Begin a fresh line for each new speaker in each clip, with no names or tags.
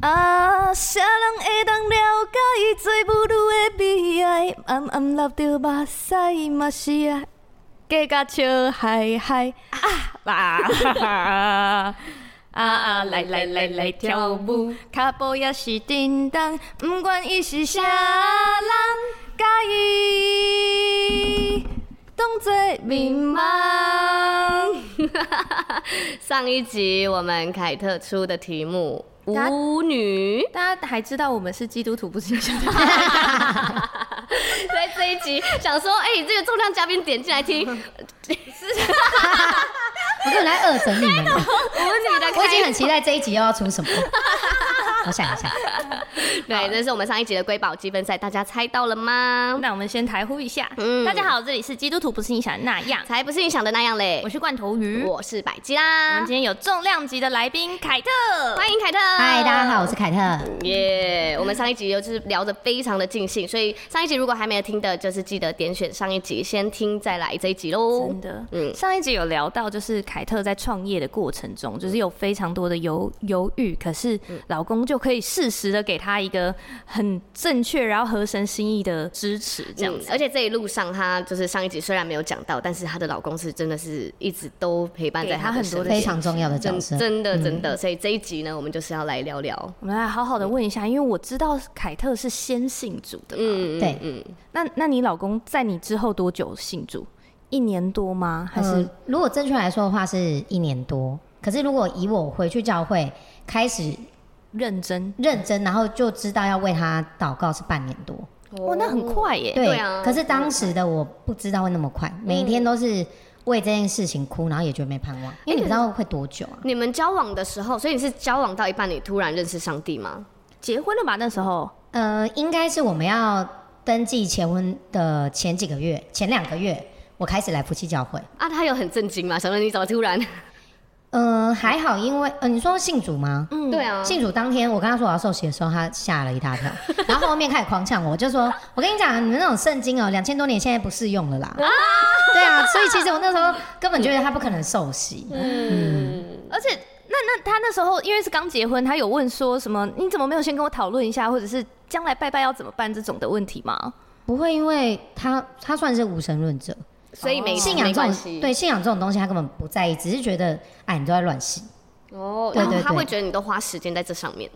啊，啥人会当了解伊最无女的悲哀？暗暗流着目屎嘛是爱，加甲笑嗨嗨啊 啊！啊啊，来来来来跳舞，脚步也是叮当，不管伊是啥人，甲伊当作迷茫。
上一集我们凯特出的题目“
大家
舞女
大家还知道我们是基督徒，不是基督 徒？”，
在这一集想说，哎、这个重量嘉宾点进 来听舞
我就来恶整你们了。
女的
我已
开
经很期待这一集又要出 什么。我想一下，
对，这是我们上一集的瑰宝积分赛，大家猜到了吗？
那我们先台呼一下，
嗯
大家好，这里是基督徒，不是你想的那样，
才不是你想的那样嘞
我！是罐头鱼。我
我是百吉啦
们，今天有重量级的来宾凯特，
欢迎凯特。
嗨，大家好，我是凯
嗯
特。
耶我们上一集就是聊得非常的尽兴，所以上一集如果还没有听的，就是记得点选上一集先听，再来这一集喽
真。的，
嗯
上一集有聊到，就是凯特在创业的过程中，就是有非常多的犹犹豫，可是老公就可以适时的给她一个很正确，然后合神心意的支持，这
这样
样
嗯
子
子。
而且这一路上，她就是上一集虽然没有讲到，但是她的老公是真的是一直都陪伴在她
给她很多
身
的
边
非常重要的角
真
色，
真的真的，所以这一集呢，我们就是要来聊聊，
我们来好好的问一下，因为我知道凯特是先信主的嘛，
嗯，嗯
对
嗯，
那那你老公在你之后多久信主？一年多吗？还是
呃如果正确来说的话是一年多，可是如果以我回去教会开始
认真？
认真，然后就知道要为他祷告是半年多。
哦，那很快耶！
对
对啊嗯
可是当时的我不知道会那么快，每天都是为这件事情哭，然后也觉得没盼望，因为你不知道会多久啊。
你们交往的时候，所以你是交往到一半，你突然认识上帝吗？
结婚了吧？那时候
呃，应该是我们要登记结婚的前几个月，前两个月我开始来夫妻教会。
啊，他有很震惊吗？想问你怎么突然？
呃，还好，因为呃，你说信主吗？
嗯
对啊，
信主当天，我跟他说我要受洗的时候，他吓了一 大跳，然后后面开始狂呛我，就说：“我跟你讲，你们那种圣经哦，两千多年现在不适用 了啦。”对啊，所以其实我那时候根本觉得他不可能受 洗。
嗯，
而且那那他那时候因为是刚结婚，他有问说什么？你怎么没有先跟我讨论一下，或者是将来拜拜要怎么办这种的问题 吗？
不会，因为他他算是无神论者，
所以没
哦信仰
没
这
关
种
系，
对信仰这种东西他根本不在意，只是觉得哎你都在乱信，
哦，
对
然后
对
他
对
会觉得你都花时间在这上面，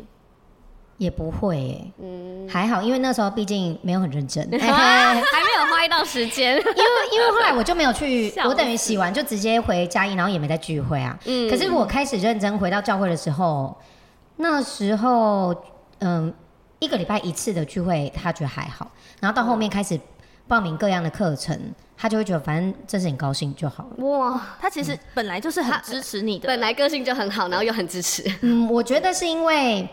也不会耶，
嗯，
还好，因为那时候毕竟没有很认真， 因为
还没有花一到时间，
因为后来我就没有去
笑，死
我等于洗完就直接回家义，然后也没再聚会啊。
嗯
可是我开始认真回到教会的时候，那时候嗯，一个礼拜一次的聚会，他觉得还好。然后到后面开始报名各样的课程，他就会觉得反正这是你高兴就好了。
哇，
他其实本来就是很支持你的，
本来个性就很好，然后又很支持，
嗯，我觉得是因为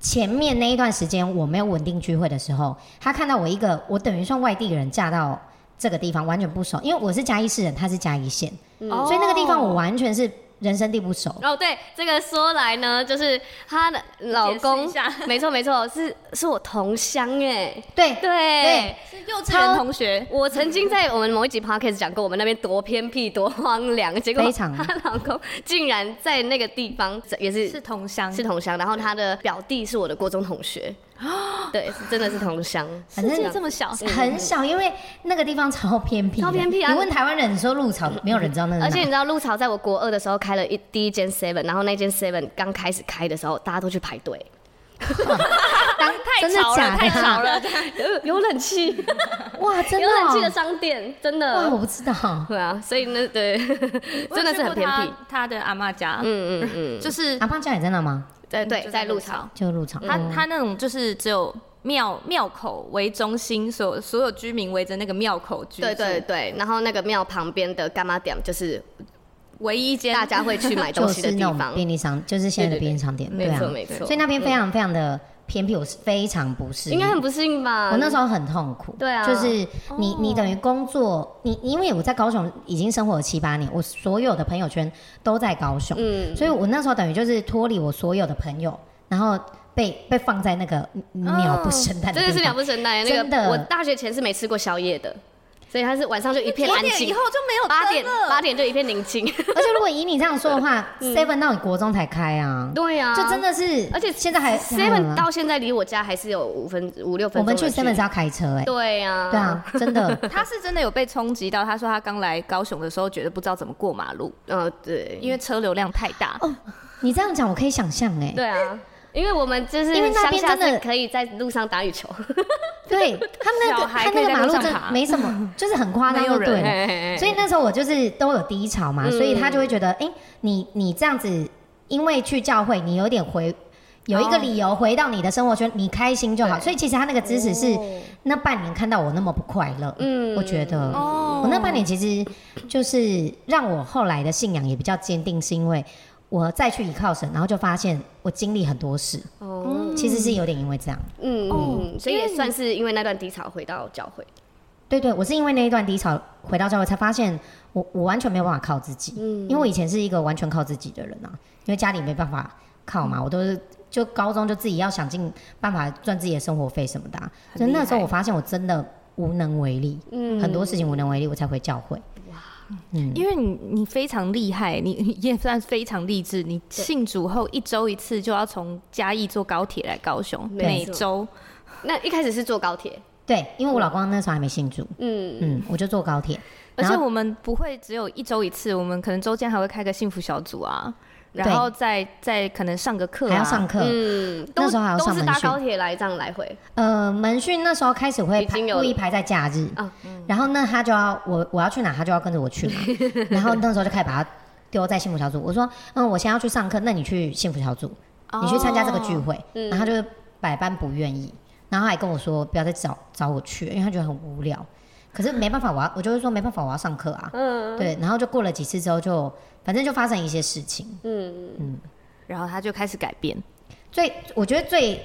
前面那一段时间我没有稳定聚会的时候，他看到我一个我等于算外地人嫁到这个地方完全不熟，因为我是嘉义市人，他是嘉义县，
哦
所以那个地方我完全是人生地不熟。
哦，对，这个说来呢，就是她的老公
解释一，
没错没错，是是我同乡哎，
对
哦
对。
对
是幼稚园同学，
我曾经在我们某一集 podcast 讲过，我们那边多偏僻、多荒凉，结果
非常
她老公竟然在那个地方也是
是同乡，
是同乡，然后她的表弟是我的国中同学，对，是真的是同乡，
反正
世界这么小，
很小，因为那个地方超偏僻的，
超偏僻啊
你问台湾人，你说鹿草，没有人知道那是哪。
而且你知道，陆潮在我国二的时候开了一第一间 Seven，然后那间 Seven 刚开始开的时候，大家都去排队，
当
太
真的
吵了，
假
太
的
吵
啊？
了。
有 有冷气，
哇，真的
有冷气的
哦
商店，真的。
哇，我不知道。
对啊，所以那对 真的是很
我有
偏
去
僻
过。他他的阿妈家，
嗯嗯嗯，
就是
阿胖家也在那吗？
对
就
对，在路上。
就鹿草。
他他那种就是只有庙庙口为中心，所有所有居民围着那个庙口居住，
对对对，然后那个庙旁边的干妈店就是
唯一一间
大家会去 买
就
东西的
是
地
那种
方，
便利商，就是现在
对对
的便利商店，
没
对啊
错。没错
所以，那边非常非常的偏僻，我是非常不适
应
应
该。很不幸吧？
我那时候很痛苦，
对啊
就是你你等于工作，你因为我在高雄已经生活了七八年，我所有的朋友圈都在高雄，
嗯，
所以我那时候等于就是脱离我所有的朋友，然后被被放在那个鸟不生蛋的
哦真
地
的是
方。
鸟不生蛋。那
真的
个我大学前是没吃过宵夜的，所以他是晚上就一片
八
安
点以
静
后，就没有灯
八点
了
八点就一片宁 静。
而且如果以你这样说的话 ，Seven 到你国中才开啊，
嗯对啊，
就真。的是，
而且
现在还啊还有
Seven
吗
到现在离我家还是有五分五六分
我
钟的
们
距
去
离。
Seven 是要开车哎，
对啊，
对，啊，真的
他是真的有被冲击到，他说他刚来高雄的时候，觉得不知道怎么过马路，
嗯，对，
因为车流量太大。
哦，你这样讲我可以想象哎，
对啊，因为我们就是
因为那
乡
边
下
真的
是可以在路上打羽球，
对 他们那
小
个
孩
他
可以
那
在
个
路
马路
上
真
爬
没 什么，就是很夸张
没有
就
人
对了。
所
所以那时候我就是都有低潮嘛，
嗯
所以他就会觉得，哎、你你这样子，因为去教会，你有点回有一个理由回到你的生活圈，你开心就好。所以其实他那个支持是、那半年看到我那么不快乐，
嗯
我觉得。
哦
我那半年其实就是让我后来的信仰也比较坚定，是因为我再去依靠神，然后就发现我经历很多事，
哦，
其实是有点因为这样。
嗯
哦
嗯，所以也算是因为那段低潮回到教会，
对对，我是因为那一段低潮回到教会，才发现我我完全没有办法靠自己，
嗯
因为我以前是一个完全靠自己的人啊，因为家里没办法靠
嗯
嘛，我都是就高中就自己要想尽办法赚自己的生活费什么的、啊，
很
所以那
厉
时候
害
我发现我真的无能为力，
嗯，
很多事情无能为力，我才回教会。嗯，
因为你你非常厉害，你你也算非常励志。你信主后一周一次就要从嘉义坐高铁来高雄，
没
每
错
周
那一开始是坐高铁，
对，因为我老公那时候还没信主，
嗯，
嗯，我就坐高铁，
而
然
且
后
我们不会只有一周一次，我们可能周间还会开个幸福小组啊，然后再再可能上个课、啊，
还要上课，
嗯，都
那时候还要
都
上
是
门
搭
训
高铁来这样来回，
呃，门训那时候开始会
已
排
经有
故意排在假日，
啊
然后呢，他就要我我要去哪，他就要跟着我去 哪，然后那时候就开始把他丢在幸福小组。我说，嗯，我先要去上课，那你去幸福小组，
哦
你去参加这个聚会，
嗯
然后他就是百般不愿意，然后还跟我说不要再找找我去，因为他觉得很无聊。可是没办法，我要我就会说没办法，我要上课啊。
嗯
对，然后就过了几次之后就，反正就发生一些事情，
然后他就开始改变。
最我觉得最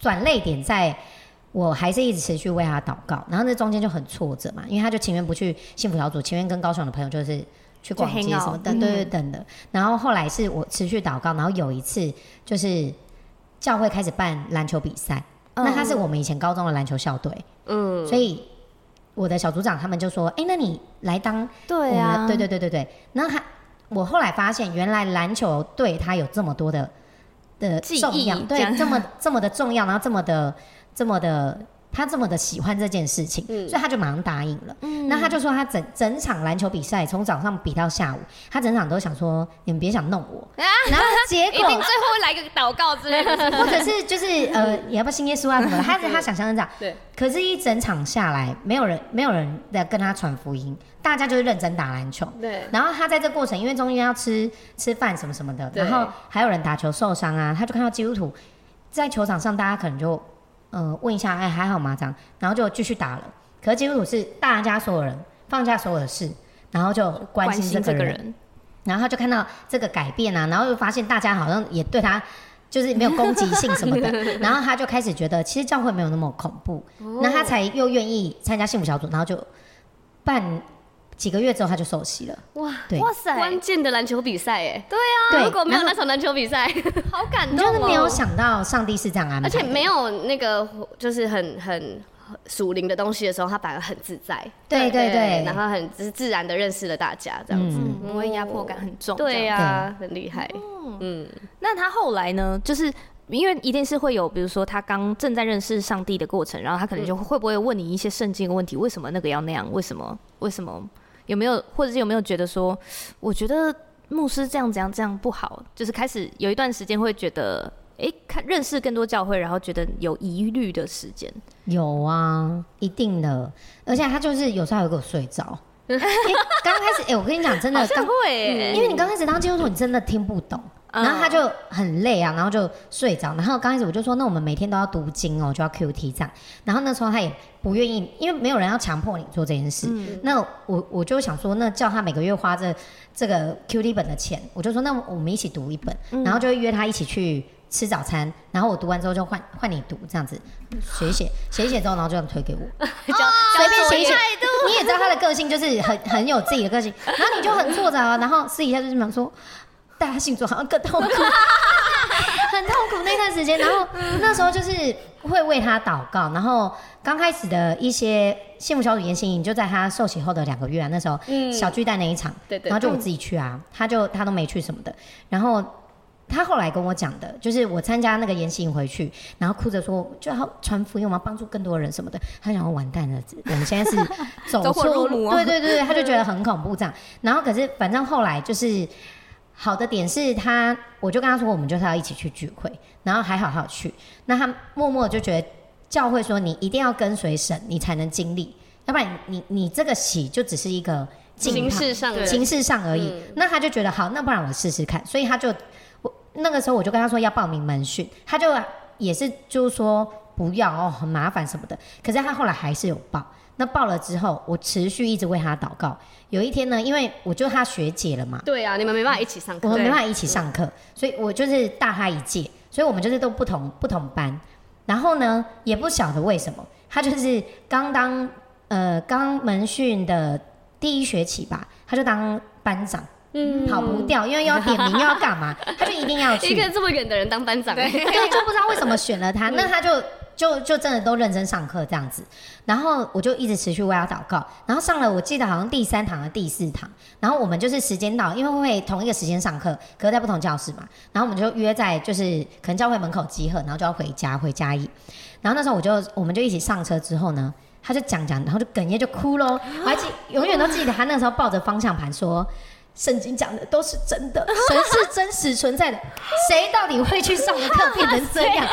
转泪点在。我还是一直持续为他祷告，然后那中间就很挫折嘛，因为他就情愿不去幸福小组，情愿跟高雄的朋友就是去逛街
hang out，
什么等
嗯
等等等的。然后后来是我持续祷告，然后有一次就是教会开始办篮球比赛，那他是
嗯
我们以前高中的篮球校队，
嗯，
所以我的小组长他们就说：“哎、那你来当我
对
们
啊，
的对对对对对。然后他，我后来发现，原来篮球对他有这么多的的
记忆
重要，
这
对
样
这么这么的重要，然后这么的这么的。他这么的喜欢这件事情，所以他就马上答应了。那他就说，他整整场篮球比赛从早上比到下午，他整场都想说，你们别想弄我。然后结
一
果
定最后会来个祷告之类的，
或者是就是呃，你要不要信耶稣啊什么的，他是他想象是这样。
对。
可是，一整场下来，没有人没有人在跟他传福音，大家就是认真打篮球。
对，
然后他在这过程，因为中间要吃吃饭什么什么的，
对
然后还有人打球受伤啊，他就看到基督徒在球场上，大家可能就呃问一下，哎还好吗这样，然后就继续打了。可是基督徒是大家所有人放下所有的事，然后就关
关
心
心
这
这
个
个
人，
人，
然后他就看到这个改变啊，然后又发现大家好像也对他就是没有攻击性什 么的，然后他就开始觉得其实教会没有那么恐怖，
哦
那他才又愿意参加幸福小组，然后就办几个月之后他就受洗了。
哇，
对，
哇塞，
关键的篮球比赛哎，对
对啊
如果没有
然后
那场篮球比赛，好感
你
动
就是
哦，
没有想到上帝是这样安排，
而且没有那个就是很很属灵的东西的时候，他反而很自在，
对对对
然后很自自然的认识了大家这样子，
嗯，哦
不会压迫感很重。
对
呀、
呀、啊，很厉害，嗯，
那他后来呢？就是因为一定是会有，比如说他刚正在认识上帝的过程，然后他可能就会不会问你一些圣经的问题，为什么那个要那样？为什么？为什么？有没有，或者是有没有觉得说，我觉得牧师这样怎样这样不好？就是开始有一段时间会觉得，哎、看认识更多教会，然后觉得有疑虑的时间。
有啊，一定的。而且他就是有时候还会给我睡 着，因为刚开始哎、我跟你讲，真的刚，
会
因为你刚开始当基督徒，你真的听不懂。
嗯
然后他就很累啊，然后就睡着。然后刚开始我就说，那我们每天都要读经哦，就要 QT 这样。然后那时候他也不愿意，因为没有人要强迫你做这件事。那我我就想说，那叫他每个月花这这个 QT 本的钱，我就说那我们一起读一本，然后就会约他一起去吃早餐。然后我读完之后就换换你读这样子，写一写写一写之后，然后就这样推给我，随便写一写。你也知道他的个性就是很很有自己的个性，然后你 就很挫折啊。然后私底下就是想说，大家信主好像更痛苦。很痛苦那段时间，然后
嗯
那时候就是会为他祷告，然后刚开始的一些幸福小组研习营就在他受洗后的两个月啊，那时候小巨蛋那一场，
嗯对对
然后就我自己去啊，他就他都没去什么的，然后。他后来跟我讲的，就是我参加那个研习营回去，然后哭着说，就要传福音，我们要帮助更多人什么的。他想说完蛋了，我们现 在是走
走火入
错
魔
对对对对，他就觉得很恐怖这样。然后可是反正后来就是好的点是他，我就跟他说我们就是要一起去聚会，然后还好好去。那他默默就觉得教会说你一定要跟随神，你才能经历，要不然你你你这个喜就只是一个
形
静态
式上的
形式上而已。
嗯
那他就觉得好，那不然我试试看，所以他就我那个时候我就跟他说要报名门训，他就也是就是说不要哦，很麻烦什么的。可是他后来还是有报。那报了之后，我持续一直为他祷告。有一天呢，因为我就他学姐了嘛，
对啊，你们没办法一起上
我
课
们，没办法一起上课，所以我就是大他一届，所以我们就是都不同不同班。然后呢，也不晓得为什么，他就是刚当呃刚门训的第一学期吧，他就当班长，
嗯
跑不掉，因为又要点名又要干嘛，他就一定 要去。
一个这么远的人当班长，
对
对，就不知道为什么选了他，那他
嗯
就就就真的都认真上课这样子，然后我就一直持续为他祷告，然后上了我记得好像第三堂和第四堂，然后我们就是时间到，因为会同一个时间上课，可是在不同教室嘛，然后我们就约在就是可能教会门口集合，然后就要回家回家义，然后那时候我就我们就一起上车之后呢。他就讲讲，然后就哽咽就哭喽。我还记永远都记得他那时候抱着方向盘说：“圣经讲的都是真的，神是真实存在的。谁到底会去上个课变成这样？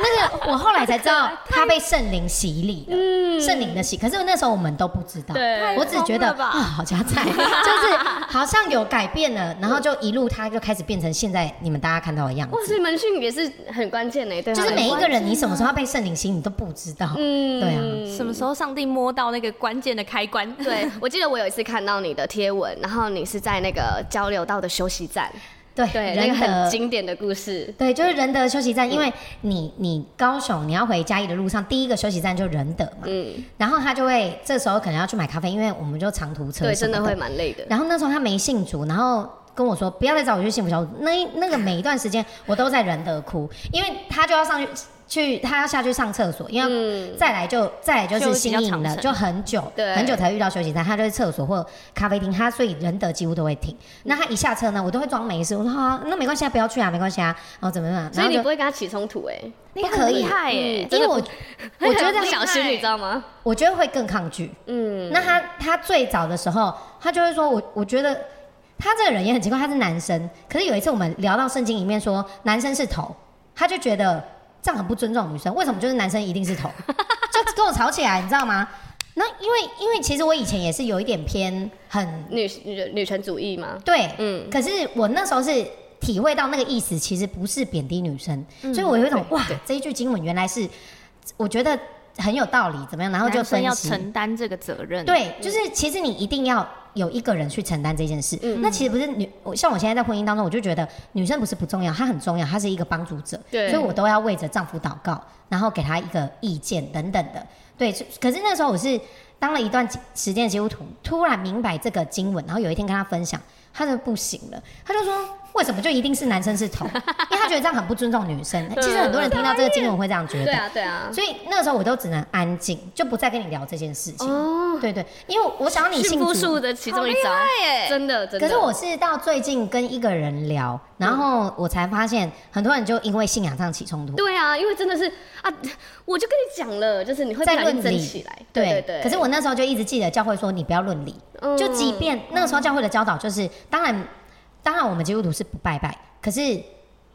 那个我后来才知道，他被圣灵洗礼了，圣灵的洗。可是那时候我们都不知道，
对
我只觉得
太疯了吧
啊，好加 菜，就是好像有改变了，然后就一路他就开始变成现在你们大家看到的样子
哇，。所以门训也是很关键呢，对他
就
来
是
说，
每一个人，你什么时候被圣灵洗，你都不知道。
嗯
对啊
什么时候上帝摸到那个关键的开关？
对，我记得我有一次看到你的贴文，然后你是在那个交流道的休息站，
对，
对，那
人
个很
的
经典的故事，
对，就是仁德休息站，因为你你高雄你要回嘉义的路上，第一个休息站就仁德嘛，
嗯，
然后他就会这时候可能要去买咖啡，因为我们就长途车，
对，真的会。蛮累的，
然后那时候他没信主，然后跟我说不要再找我去幸福小组。那一那个每一段时间我都在仁德哭，因为他就要上去去，他要下去上厕所，因为
嗯，
再来就再来就是新
就比较
颖
长
了，
程
就很久
对
很久才遇到休息站，他就是厕所或咖啡厅，他所以仁德几乎都会
嗯
停。那他一下车呢，我都会装没事，我说好、啊，那没关系啊，不要去啊，没关系啊，然后怎么样？
所
然
以
后
你
就
不会跟他起冲突哎，
你
不
很
可以
厉害耶
嗯真
因为
的
我我觉 得
不小心，你知道吗？
我觉得会更抗拒。
嗯，
那他他最早的时候，他就会说我我觉得他这个人也很奇怪，他是男生，可是有一次我们聊到圣经里面说男生是头，他就觉得这样很不尊重女生，为什么就是男生一定 是头，就跟我吵起来，你知道吗？那因为因为其实我以前也是有一点偏很
女女女权主义吗？
对，
嗯，
可是我那时候是体会到那个意思，其实不是贬低女生，所以我有一种
嗯对
哇，这一句经文原来是我觉得很有道理，怎么样？然后就
男生
分
要
析。
承担这个责任。，
对，就是其实你一定要有一个人去承担这件事。那其实不是女，我像我现在在婚姻当中，我就觉得女生不是不重要，她很重要，她是一个帮助者，
对
所以我都要为着丈夫祷告，然后给他一个意见等等的。对，所以可是那时候我是当了一段时间的基督徒，突然明白这个经文，然后有一天跟他分享，他就不行了，他就说。为什么就一定是男生是头？因 为他觉得这样很不尊重女生。其实很多人听到这个经文会这样觉
对
得，
啊，对啊。
所以那时候我都只能安静，就不再跟你聊这件事情。
哦，
对对，因为我想你
驯
信主，
服术的其中一招，真的真的。
可是我是到最近跟一个人聊，然后我才发现很多人就因为信仰上起冲突。
对啊，因为真的是啊，我就跟你讲了，就是你会
在
不小心
论
争
理
起来，对对。
可是我那时候就一直记得教会说你不要论理，
我
就即便那个时候教会的教导就是，当然，当然我们基督徒是不拜拜，可是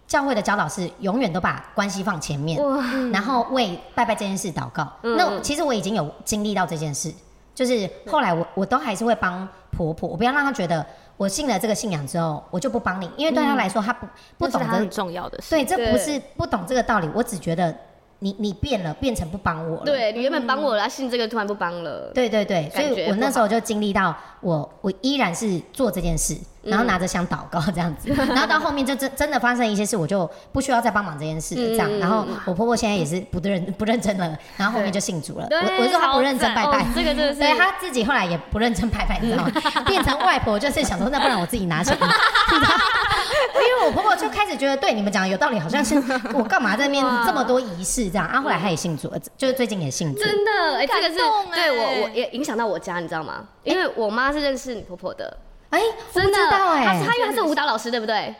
教会的教导是永远都把关系放前面，
哇，
然后为拜拜这件事祷告。
嗯
那其实我已经有经历到这件事，就是后来我我都还是会帮婆婆，我不要让她觉得我信了这个信仰之后我就不帮你，因为对她来说她不、
不
不
是
懂
他
得
很，重要的事。
对，这不
对
是不懂这个道理，我只觉得你你变了，变成不帮我了。
对你原本帮我了，信这个突然不帮了，
对对对，所
感觉
以我
不
那
好
时候就经历到我我依然是做这件事，然后拿
嗯
着香祷告这样子，然后到后面就真真的发生一些事，我就不需要再帮忙这件事了这样。
嗯
然后我婆婆现在也是不认不认真了，然后后面就信主了。
对
我我就说她不认真
好
拜
哦
拜。，
这个真的
所以
是
她自己后来 也不认真拜拜，你知道吗？变成外婆就是想说，那不然我自己拿钱，因为我婆婆就开始觉得对你们讲的有道理，好像是我干嘛在面
哇
这么多仪式这样啊？后来她也信主，就是最近也信主，
真的，哎、这个是
感动哎
对我我也影响到我家，你知道吗？因为我妈是认识你婆婆的，
哎，我不
真的，
知道
她
哎
是，她因为她是舞蹈老师，对不对？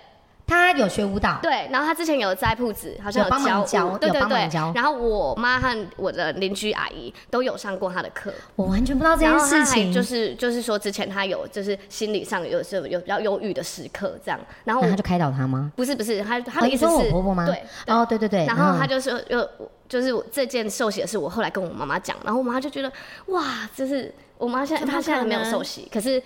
她有学舞蹈，
对，然后她之前有在铺子，好像
有帮忙
教
教
舞对
有
对
帮忙
对
教。
然后我妈和我的邻居阿姨都有上过她的课，
我完全不知道这
然
件
后
事
她还
情，
就是就是说之前她有就是心理上有是有比较忧郁的时刻这样，然后
那
我
她啊就开导她吗？
不是不是，她
哦，
她的
你
意思
说
是、
我婆婆吗？
对，对
哦，对对对，
然后他就说，又就是我这件受洗的事，我后来跟我妈妈讲，然后我妈就觉得，哇，就是我妈现在
怎么
她现在还没有
可能
受洗，可是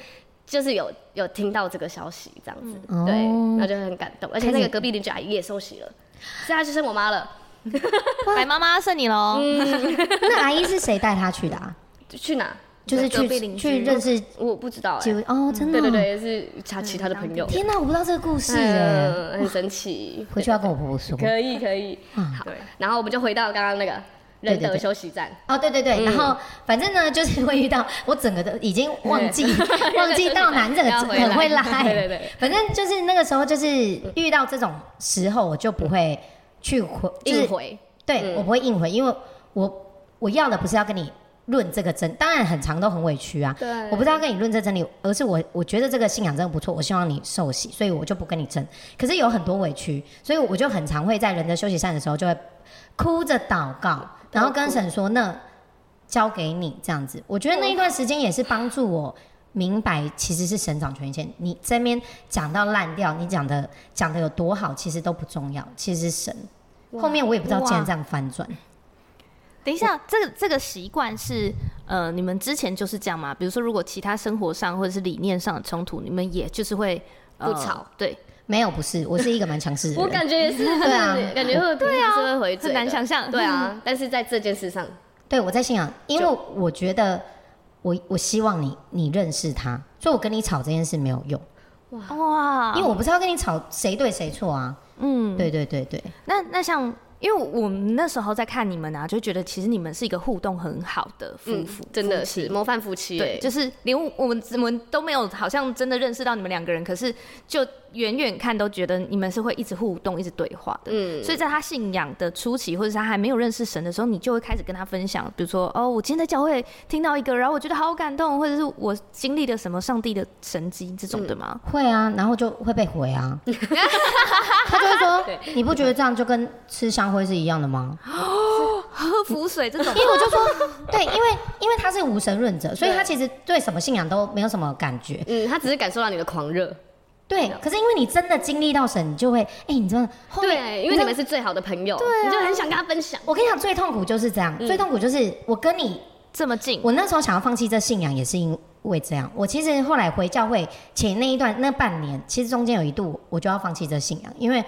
就是有有听到这个消息这样子，
嗯
对，
哦
然后就很感动，而且
开
那
始
个隔壁邻居阿姨也受洗了，现在就剩我妈了，
白妈妈剩你喽。
嗯那阿姨是谁带她去的 啊？
去哪？
就是
隔壁
去
邻居
去认识
我不知道哎、
几位哦，真的
对
哦，
对对，是查其他的朋友，
嗯天哪，我不知道这个故事哎，
嗯，很神奇，
回去要跟我婆婆说。
可以可以，好，然后我们就回到刚刚那个
对
仁
对
德
对
休息站，
哦，对对对，
嗯
然后反正呢，就是会遇到我整个都已经忘 记 忘记到哪，你整个
要回来
很会拉，
对对对，
反正就是那个时候，就是遇到这种时候，我就不会去回， 就是
硬回。
对、
嗯
我不会硬回，因为我我要的不是要跟你论这个真，当然很长都很委屈啊。
对
我不是要跟你论这真理，而是我我觉得这个信仰真的不错，我希望你受洗，所以我就不跟你争。可是有很多委屈，所以我就很常会在人的休息站的时候就会哭着祷告，然后跟神说那交给你这样子。我觉得那一段时间也是帮助我。明白，其实是神掌权一切。你这边讲到烂掉，你讲的讲的有多好，其实都不重要，其实是神。后面我也不知道竟然这样翻转，
等一下，这个这个习惯是呃，你们之前就是这样嘛？比如说，如果其他生活上或者是理念上的冲突，你们也就是会、呃
不吵，
对，
没有，不是，我是一个蛮强势的
我
人。
感觉也是，就是
对啊
感觉会对啊，是会回嘴
很
的，
难想象。
对，啊，但是在这件事上，
对，我在信仰，因为我觉得我我希望你你认识他，所以我跟你吵这件事没有用，
哇，
嗯因为我不知道跟你吵谁对谁错啊。嗯，对对对对，
那那像。因为我们那时候在看你们啊，就觉得其实你们是一个互动很好的夫
嗯
妇，，
真的
夫妻
是模范夫妻欸耶，
对，就是连我们我们都没有好像真的认识到你们两个人，可是就远远看都觉得你们是会一直互动、一直对话的。
嗯，
所以在他信仰的初期，或者是他还没有认识神的时候，你就会开始跟他分享，比如说哦，我今天在教会听到一个，然后我觉得好感动，或者是我经历了什么上帝的神迹这种的吗？
会啊，然后就会被回 啊。他就会说，你不觉得这样就跟吃香灰是一样的吗？
喝符水这种
因为我就说，对，因为因为他是无神论者，所以他其实对什么信仰都没有什么感觉。
嗯，他只是感受到你的狂热，
对，可是因为你真的经历到神，你就会，哎、你真的后面
对，因为你们是最好的朋友，你就很想跟他分享，
我跟你讲，最痛苦就是这样，最痛苦就是我跟你，
这么近，
我那时候想要放弃这信仰，也是因为这样。我其实后来回教会前那一段那半年，其实中间有一度我就要放弃这信仰，因为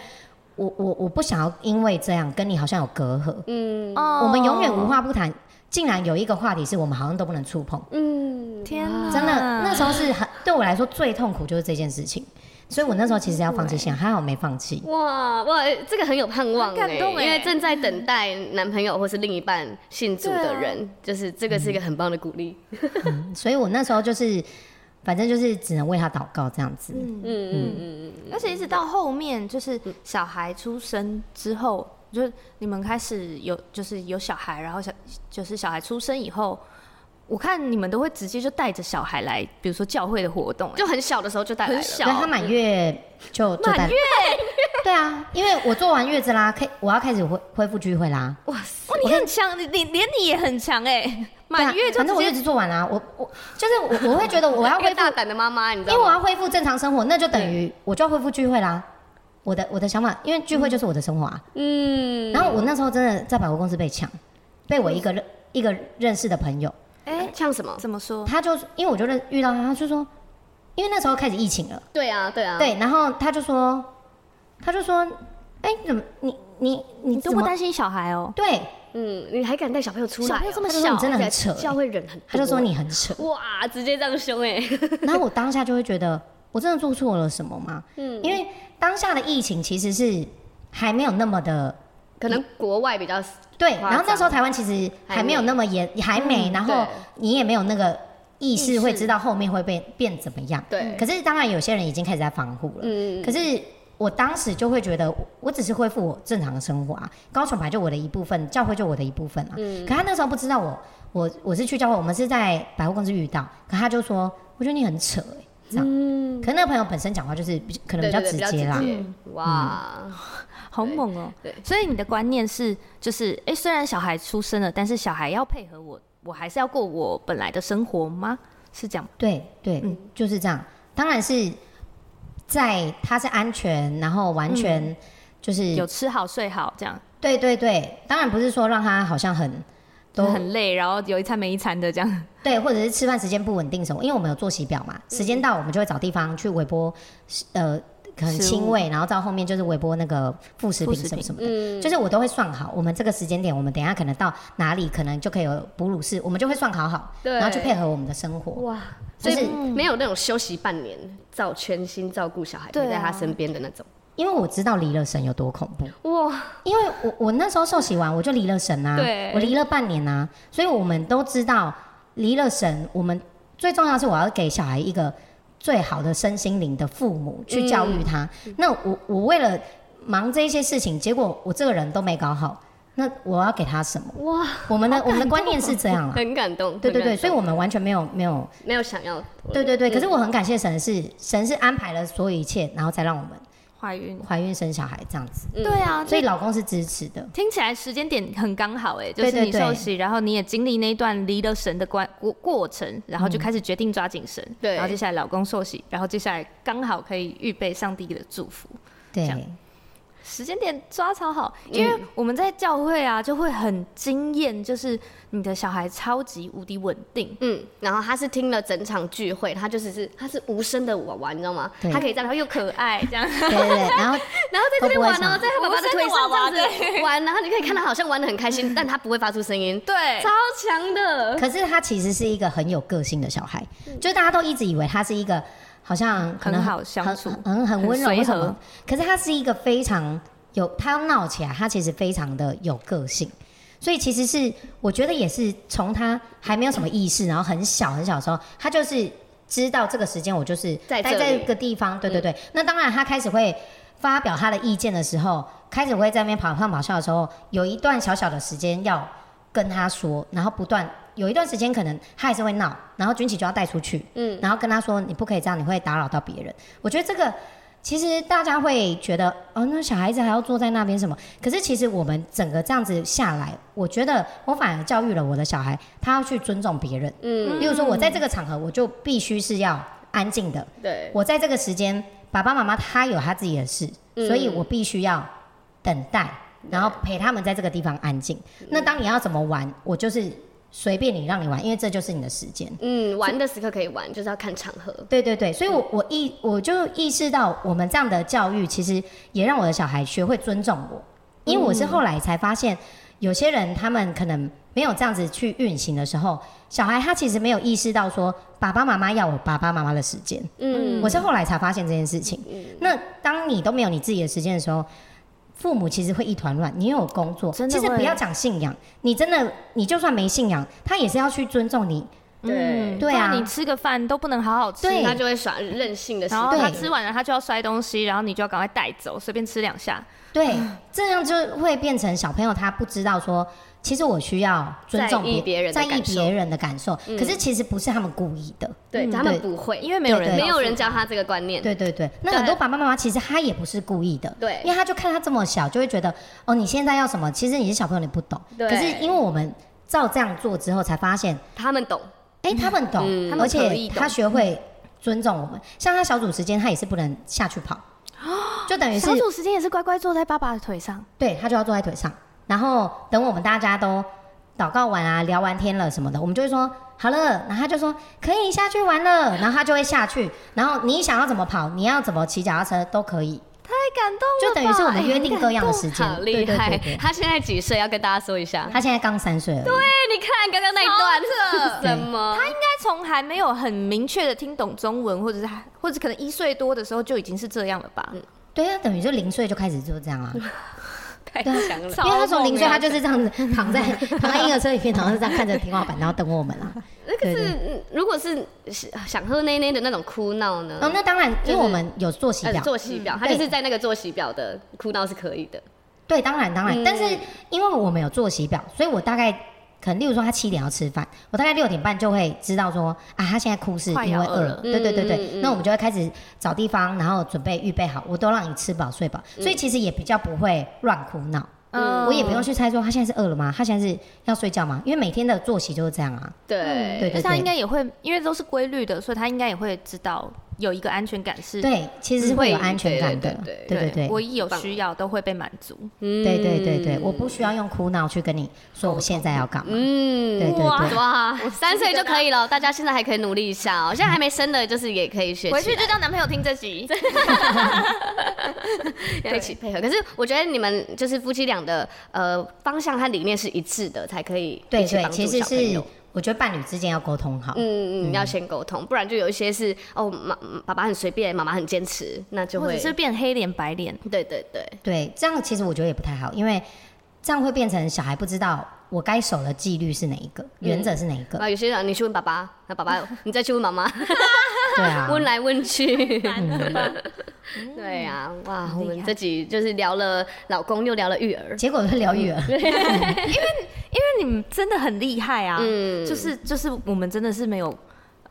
我我我不想要因为这样跟你好像有隔阂，
嗯
哦
我们永远无话不谈。竟然有一个话题是我们好像都不能触碰，
嗯，
天
哇
哪，
真的，那时候是很对我来说最痛苦就是这件事情，所以我那时候其实要放弃信仰，还好没放弃。
哇哇，这个很有盼望
很
耶，
感动耶
因为正在等待男朋友或是另一半信主的人，就是这个是一个很棒的鼓励，
所以我那时候就是，反正就是只能为他祷告这样子。
嗯嗯嗯嗯，
而且一直到后面，就是小孩出生之后，就是你们开始有就是有小孩，然后小就是小孩出生以后，我看你们都会直接就带着小孩来，比如说教会的活动、哎
嗯就很小的时候就带来
很
了，
小
对，他满月就就在
满月，
对啊，因为我做完月子啦，开我要开始恢恢复聚会啦。
哇塞，
哇，你很强，你你连你也很强哎、满
对
月
啊
就
反正我
直
月
接
子做完啦、我我就是我我会觉得我要
一个
恢复，
大胆的妈妈，你知
因
道
为我
吗？
要恢复正常生活，那就等于我就要恢复聚会啦。我的我的想法，因为聚会就是我的生活啊。
嗯，
然后我那时候真的在百货公司被抢，被我一个认一个认识的朋友，
哎、
像什么？
怎么说？
他就因为我就认遇到他，他就说，因为那时候开始疫情了。
对啊，对
嗯
啊，
对，然后他就说，他就说，哎、你怎么你你你
你都
怎
不
么
担心小孩哦、
对？
嗯，你还敢带小朋友出来哦、
小朋友这么
他就说你
小
真的
而
很
且
扯、欸
教会人很多，
他就说你很扯，
哇，直接这样凶哎、
然后我当下就会觉得，我真的做错了什么吗？
嗯
因为当下的疫情其实是还没有那么的
可能国外比较
对，
夸张嗯
然后那时候台湾其实还没有那么严，还没，然后
对
你也没有那个意
意
识
识
会知道后面会变变怎么样。
对，
可是当然有些人已经开始在防护了，
嗯，
可是我当时就会觉得，我我只是恢复我正常的生活啊，高雄本来就我的一部分，教会就我的一部分啊。可他那时候不知道我，我我是去教会，我们是在百货公司遇到，可他就说，我觉得你很扯、欸，这样。可能那个朋友本身讲话就是比可能比较直接啦，
嗯对哇，
好猛哦、
对对
所以你的观念是，就是哎、诶虽然小孩出生了，但是小孩要配合我，我还是要过我本来的生活吗？是这样吗？
对对，就是这样。当然是在他是安全，然后完全就是、
有吃好睡好这样，
对对对，当然不是说让他好像很
都
都
很累，然后有一餐没一餐的这样。
对，或者是吃饭时间不稳定什么，因为我们有作息表嘛，时
嗯
间到我们就会找地方去微波，呃，可能
食物
清胃，然后到后面就是微波那个副食
副
品
食
什么
品
什么的，
嗯，
就是我都会算好，我们这个时间点，我们等一下可能到哪里，可能就可以有哺乳室，我们就会算好好，
对
然后去配合我们的生活，
哇，所
就
以
是
没有那种休息半年，照全心照顾小孩
对啊
陪在他身边的那种，
因为我知道离了神有多恐怖，
哇，
因为我我那时候受洗完我就离了神啊，
对
我离了半年啊，所以我们都知道离了神，我们最重要的是我要给小孩一个最好的身心灵的父母去教育他。那我我为了忙这些事情，结果我这个人都没搞好，那我要给他什么？
哇，
我们的我们的观念是这样啊，
很感动，
对对
很
对，
感动
所以我们完全没有没有，
没有想要，
对对对。可是我很感谢神是，神是安排了所有一切，然后再让我们
怀孕，
怀孕生小孩这样子，
嗯
对啊，
所
所
以
以
老公是支持的。
听起来时间点很刚好哎、就
对
是你
对对
受洗，然后你也经历那一段离了神的关过过程，然后就开始决定抓紧神，
对
然后接下来老公受洗，然后接下来刚好可以预备上帝的祝福。这样
对，
时间点抓超好，因为嗯我们在教会啊，就会很惊艳，就是你的小孩超级无敌稳定，
嗯，然后他是听了整场聚会，他就只是他是无声的玩玩，你知道吗？
对
他可以在，然后又可 爱这样，
对对对，然后
然后在这边玩
都不会吵
哦，在他爸爸的腿上这样
无
子玩，然后你可以看他好像玩的很 开心，但他不会发出声音，
对
超强的，
可是他其实是一个很有个性的小孩，就是大家都一直以为他是一个好像可能
嗯很好相处
很很很温柔
很随
或
和
什么，可是他是一个非常有他要闹起来，他其实非常的有个性。所以其实是我觉得也是从他还没有什么意识，然后很小很小的时候，他就是知道这个时间我就是
在
待
这
在
里嗯
这个地方，对对对。那当然他开始会发表他的意见的时候，开始会在那边跑上跑下的时候，有一段小小的时间要跟他说，然后不断有一段时间可能他还是会闹，然后军旗就要带出去，嗯，然后跟他说你不可以这样，你会打扰到别人。我觉得这个其实大家会觉得哦，那小孩子还要坐在那边什么？可是其实我们整个这样子下来，我觉得我反而教育了我的小孩，他要去尊重别人。嗯，例如说我在这个场合，我就必须是要安静的，
对，
我在这个时间，爸爸妈妈他有他自己的事，所以我必须要等待，然后陪他们在这个地方安静。那当你要怎么玩，我就是随便你让你玩，因为这就是你的时间。
嗯，玩的时刻可以玩，就是要看场合，
对对对，所以我，我意我就意识到，我们这样的教育其实也让我的小孩学会尊重我，因为我
嗯
是后来才发现，有些人他们可能没有这样子去运行的时候，小孩他其实没有意识到说，爸爸妈妈要我爸爸妈妈的时间。
嗯，
我是后来才发现这件事情。
嗯
那当你都没有你自己的时间的时候，父母其实会一团乱。你又有工作，
真的
其实
会
不要讲信仰，你真的你就算没信仰，他也是要去尊重你。
对，
对啊
嗯不然你吃个饭都不能好好吃，
对
他就会耍任性的时
然
候
后，他
对
吃完了他就要摔东西，然后你就要赶快带走，随便吃两下，
对，这样就会变成小朋友他不知道说，其实我需要尊重
在意别人的
在意
感受嗯
别人的感受。可是其实不是他们故意的。
对，他们不会，
因为没有人
对
没有人
告诉
教他这个观念，
对对对，那很多爸爸妈妈其实他也不是故意的，
对
因为他就看他这么小，就会觉得哦，你现在要什么？其实你是小朋友，你不懂。
对
可是因为我们照这样做之后，才发现，
他们懂，
哎、他们懂，
嗯
他们
而
可以
且
懂
他学会尊重我们。像他小组时间，他也是不能下去 跑，就等于是
小组时间也是乖乖坐在爸爸的腿上，
对他就要坐在腿上，然后等我们大家都祷告完啊，聊完天了什么的，我们就会说好了，然后他就说可以下去玩了，然后他就会下去，然后你想要怎么跑，你要怎么骑脚踏车都可以，
太感动了
就
吧，
等于是我们
哎
约定各样的时间
好，
对
厉
对对
害
对。。
他现在几岁？要跟大家说一下。
他现在刚三岁而已，
哎，你看刚刚那一 段是什么？
他应该从还没有很明确的听懂中文，或者是还或者
嗯
可能一岁多的时候就已经是这样了吧？
对啊，等于就零岁就开始就这样啊。
太强了。
因为他从零岁，他就是这样子躺在躺在婴儿车里面，然后是这样看着天花板，然后等我们啦。
那可是嗯如果是想想喝奶奶的那种哭闹呢？
哦，那当然，因为我们有作息
呃
表，嗯
作息表，他
对
就是在那个作息表的哭闹是可以的。
对，当然当然，
嗯
但是因为我们有作息表，所以我大概可能，例如说他七点要吃饭，我大概六点半就会知道说啊，他现在哭是
快
因
要
为
饿
饿
了
了，对对对对
嗯，嗯嗯
那我们就会开始找地方，然后准备预备好，我都让你吃饱睡饱，所以其实也比较不会乱哭闹，
嗯
我也不用去猜说他现在是饿了吗？他现在是要睡觉吗？因为每天的作息就是这样啊，
对，
对
而且嗯他应该也会，因为都是规律的，所以他应该也会知道有一个安全感是，
对，其实是会有安全感的，
对
对对对。
我一有需要都会被满足。
嗯
对对对对，我不需要用哭闹去跟你说我现在要干嘛。
嗯
对对对
哇哇，三岁就可以了，大家现在还可以努力一下哦。现在还没生的，就是也可以学起来，
回去就叫男朋友听这集，
要一起配合。可是我觉得你们就是夫妻俩的呃方向和理念是一致的，才可以
对
一起
对，
帮助
其实
小朋
是
友。
我觉得伴侣之间要沟通好。
嗯嗯，要先沟通，不然就有一些是哦，妈爸爸很随便，妈妈很坚持，那就
或
会
者是变黑脸白脸，
对对对，
对，这样其实我觉得也不太好，因为这样会变成小孩不知道我该守的纪律是哪一个，原则是哪一个。
啊，有些人你去问爸爸，那爸爸你再去问妈 妈，
对啊，
问来问去。
嗯
对啊，哇，我们这集就是聊了老公，又聊了育儿，
结果就疗愈了。
嗯
因为你们真的很厉害啊！
嗯
就是就是我们真的是没有，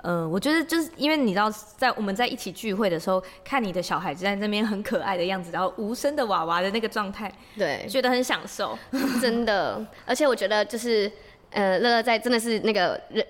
呃，我觉得就是因为你知道，在我们在一起聚会的时候，看你的小孩子在那边很可爱的样子，然后无声的娃娃的那个状态，
对，
觉得很享受。
真的，而且我觉得就是呃，乐乐在真的是那个人。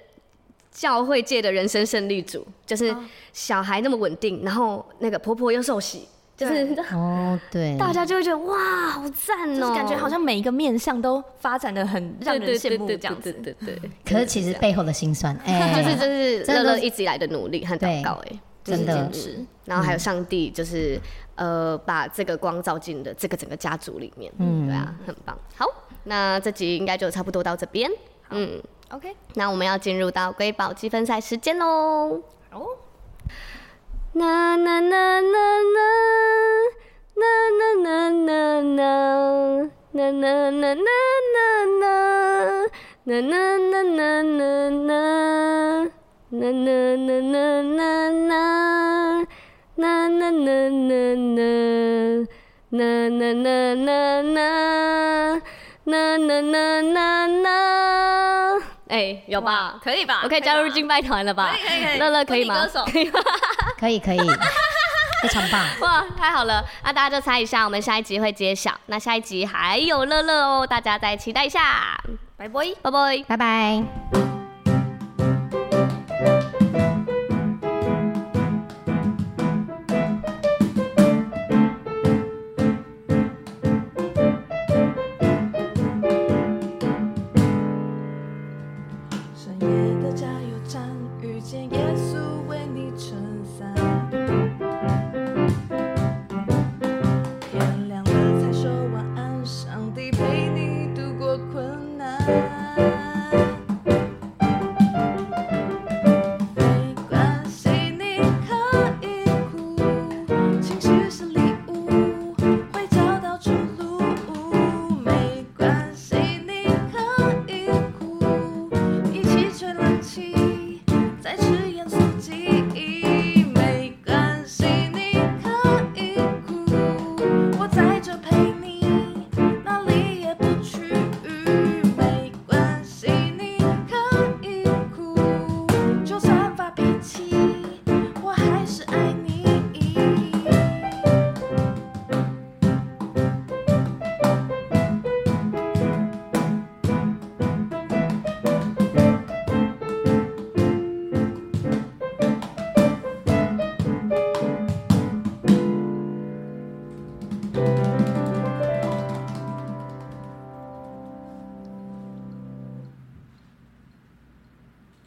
教会界的人生胜利组，就是
嗯
小孩那么稳定，然后那个婆婆又受洗，就是
哦，对，
大家就会觉得哇，好赞
就
哦、
是感觉好像每一个面相都发展的很让人羡慕这样
对
子。
对对对，
可是其实背后的辛酸，哎，
就是这是
真的
乐乐
是
一直以来的努力和祷告哎、
对真的嗯
就是坚持然后还有上帝就是、呃把这个光照进了这个整个家族里面，嗯，对啊，很棒。好，那这集应该就差不多到这边，嗯，
OK，
那我们要进入到瑰宝积分赛时间喽。
哦，
啦啦啦啦啦啦啦啦啦啦啦啦啦啦啦啦啦啦啦啦啦啦啦啦啦啦啦啦啦啦啦啦。啦啦啦啦啦啦啦啦啦啦。哎，有吧？
可以吧？
我可以加入敬拜团了吧？
可以吧，可以可以，
乐乐可以吗
婚礼歌？手
可以吗？
可以可以，非常棒。
哇，太好了！那大家就猜一下，我们下一集会揭晓。那下一集还有乐乐哦，大家再期待一下，
拜拜。
拜拜。
拜拜。
深夜的加油站遇见耶稣为你撑伞，天亮了才说晚安，上帝陪你度过困难。